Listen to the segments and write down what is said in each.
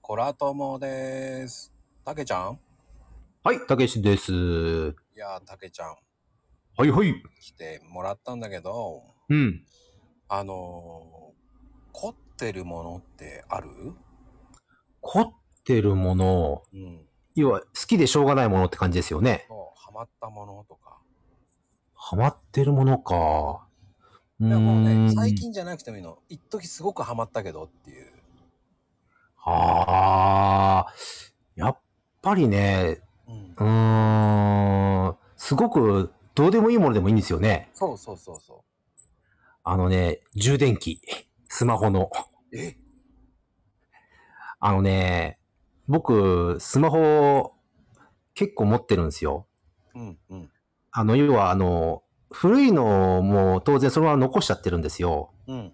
コラトモです。たけちゃんはい、たけしです。はいやー、たけちゃんいはい。来てもらったんだけど、うん。あのー、凝ってるものってある凝ってるもの、うん。要は好きでしょうがないものって感じですよね。そう、ハマったものとか。ハマってるものか。ういやもうーね、ん最。近じゃなくてもいいの。一時すごくハマったけどっていう。ああ、やっぱりね、うんう。ーん、すごくどうでもいいものでもいいんですよね。そうそうそうそあのね、充電器。スマホの。う。えあのね、僕、スマホ結構持ってるんですよ。うんうん。あの、要は、あの、古いのも当然そのまま残しちゃってるんですよ。うん。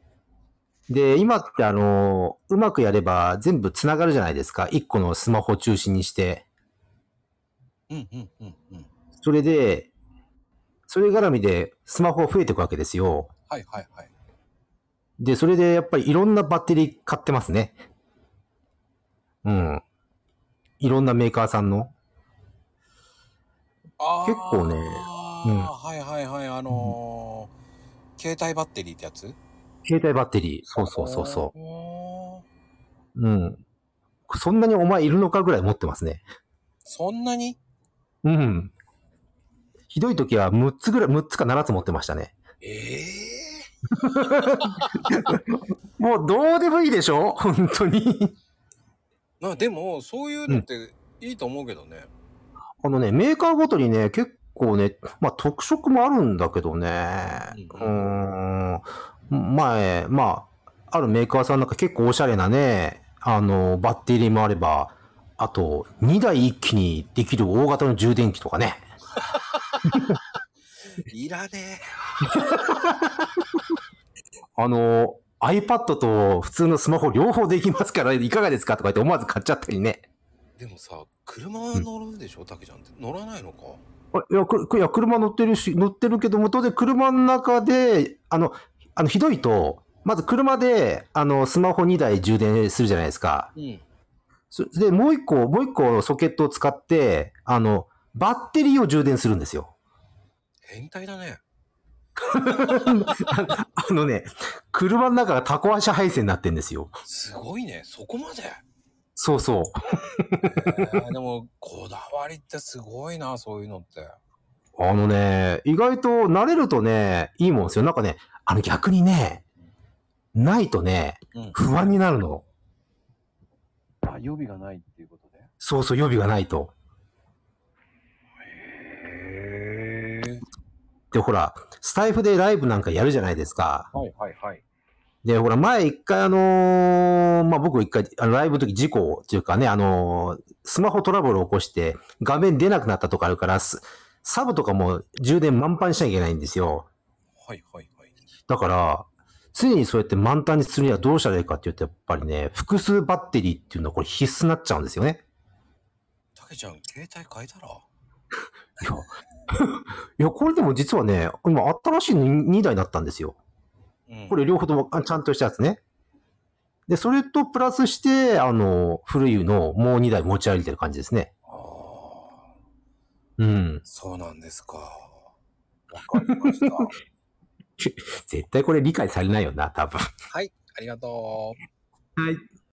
で、今ってあの、うまくやれば全部繋がるじゃないですか。一個のスマホ中心にして。うんうんうんうん。それで、それ絡みでスマホが増えていくわけですよ。はいはいはい。で、それでやっぱりいろんなバッテリー買ってますね。うん。いろんなメーカーさんの。あー結構ねうんはいはいはい。あのー、携帯バッテリーってやつ。携帯バッテリー。そうそうそうそうおーう。うん。そんなにお前いるのかぐらい持ってますね。そんなにうん。ひどい時は6つぐらい、6つか7つ持ってましたね。ええもうどうでもいいでしょ本当に。まあでも、そういうのっていいと思うけどね。あのね、メーカーごとにね、結構ね、まあ特色もあるんだけどね。ううーん。前、まあ、あるメーカーさんなんか結構おしゃれなね、あの、バッテリーもあれば、あと、2台一気にできる大型の充電器とかね。いらねあの、iPad と普通のスマホ両方できますから、いかがですかとか言って思わず買っちゃったりね。え。でもさ、車乗るでしょ、たけちゃんって。乗らないのか。あいや、くいや車乗ってるし、乗ってるけども、当然車の中で、あの、あの、ひどいと、まず車で、あの、スマホ2台充電するじゃないですか。うん。そで、もう一個、もう一個ソケットを使って、あの、バッテリーを充電するんで すよ。変態だね。ああのね、車の中がタコ足配線になってんですよ。すごいね。そこま で。そうそう。えーでも、こだわりってすごいな、そういうのって。あのね、意外と慣れるとね、いいもんですよ。なんかね、あの逆にね、ないとね、うん。不安になるの。あ、予備がないっていうことで。そうそう、予備がないと。へえ。で、ほら、スタイフでライブなんかやるじゃないですか。はいはいはい。で、ほら、前一回あのーまあ、僕一回、あのライブの時事故っていうかね、あのースマホトラブルを起こして、画面出なくなったとかあるから、すサブとかも充電満帆にしなきゃいけないんですよ。はいはいはい。だから、常にそうやって満タンにするにはどうしたらいいかっていうと、やっぱりね、複数バッテリーっていうのはこれ必須になっちゃうんですよね。たけちゃん、携帯変えたらいや、 いやこれでも実はね、今新しいの2台になったんですよ。うんこれ両方ともあちゃんとしたやつね。で、それとプラスして、あの、古いのもう2台持ち歩いてる感じですね。ああ。うん。そうなんですか。わかりま した。絶対これ理解されないよな、多分。はい、ありがとう。はい。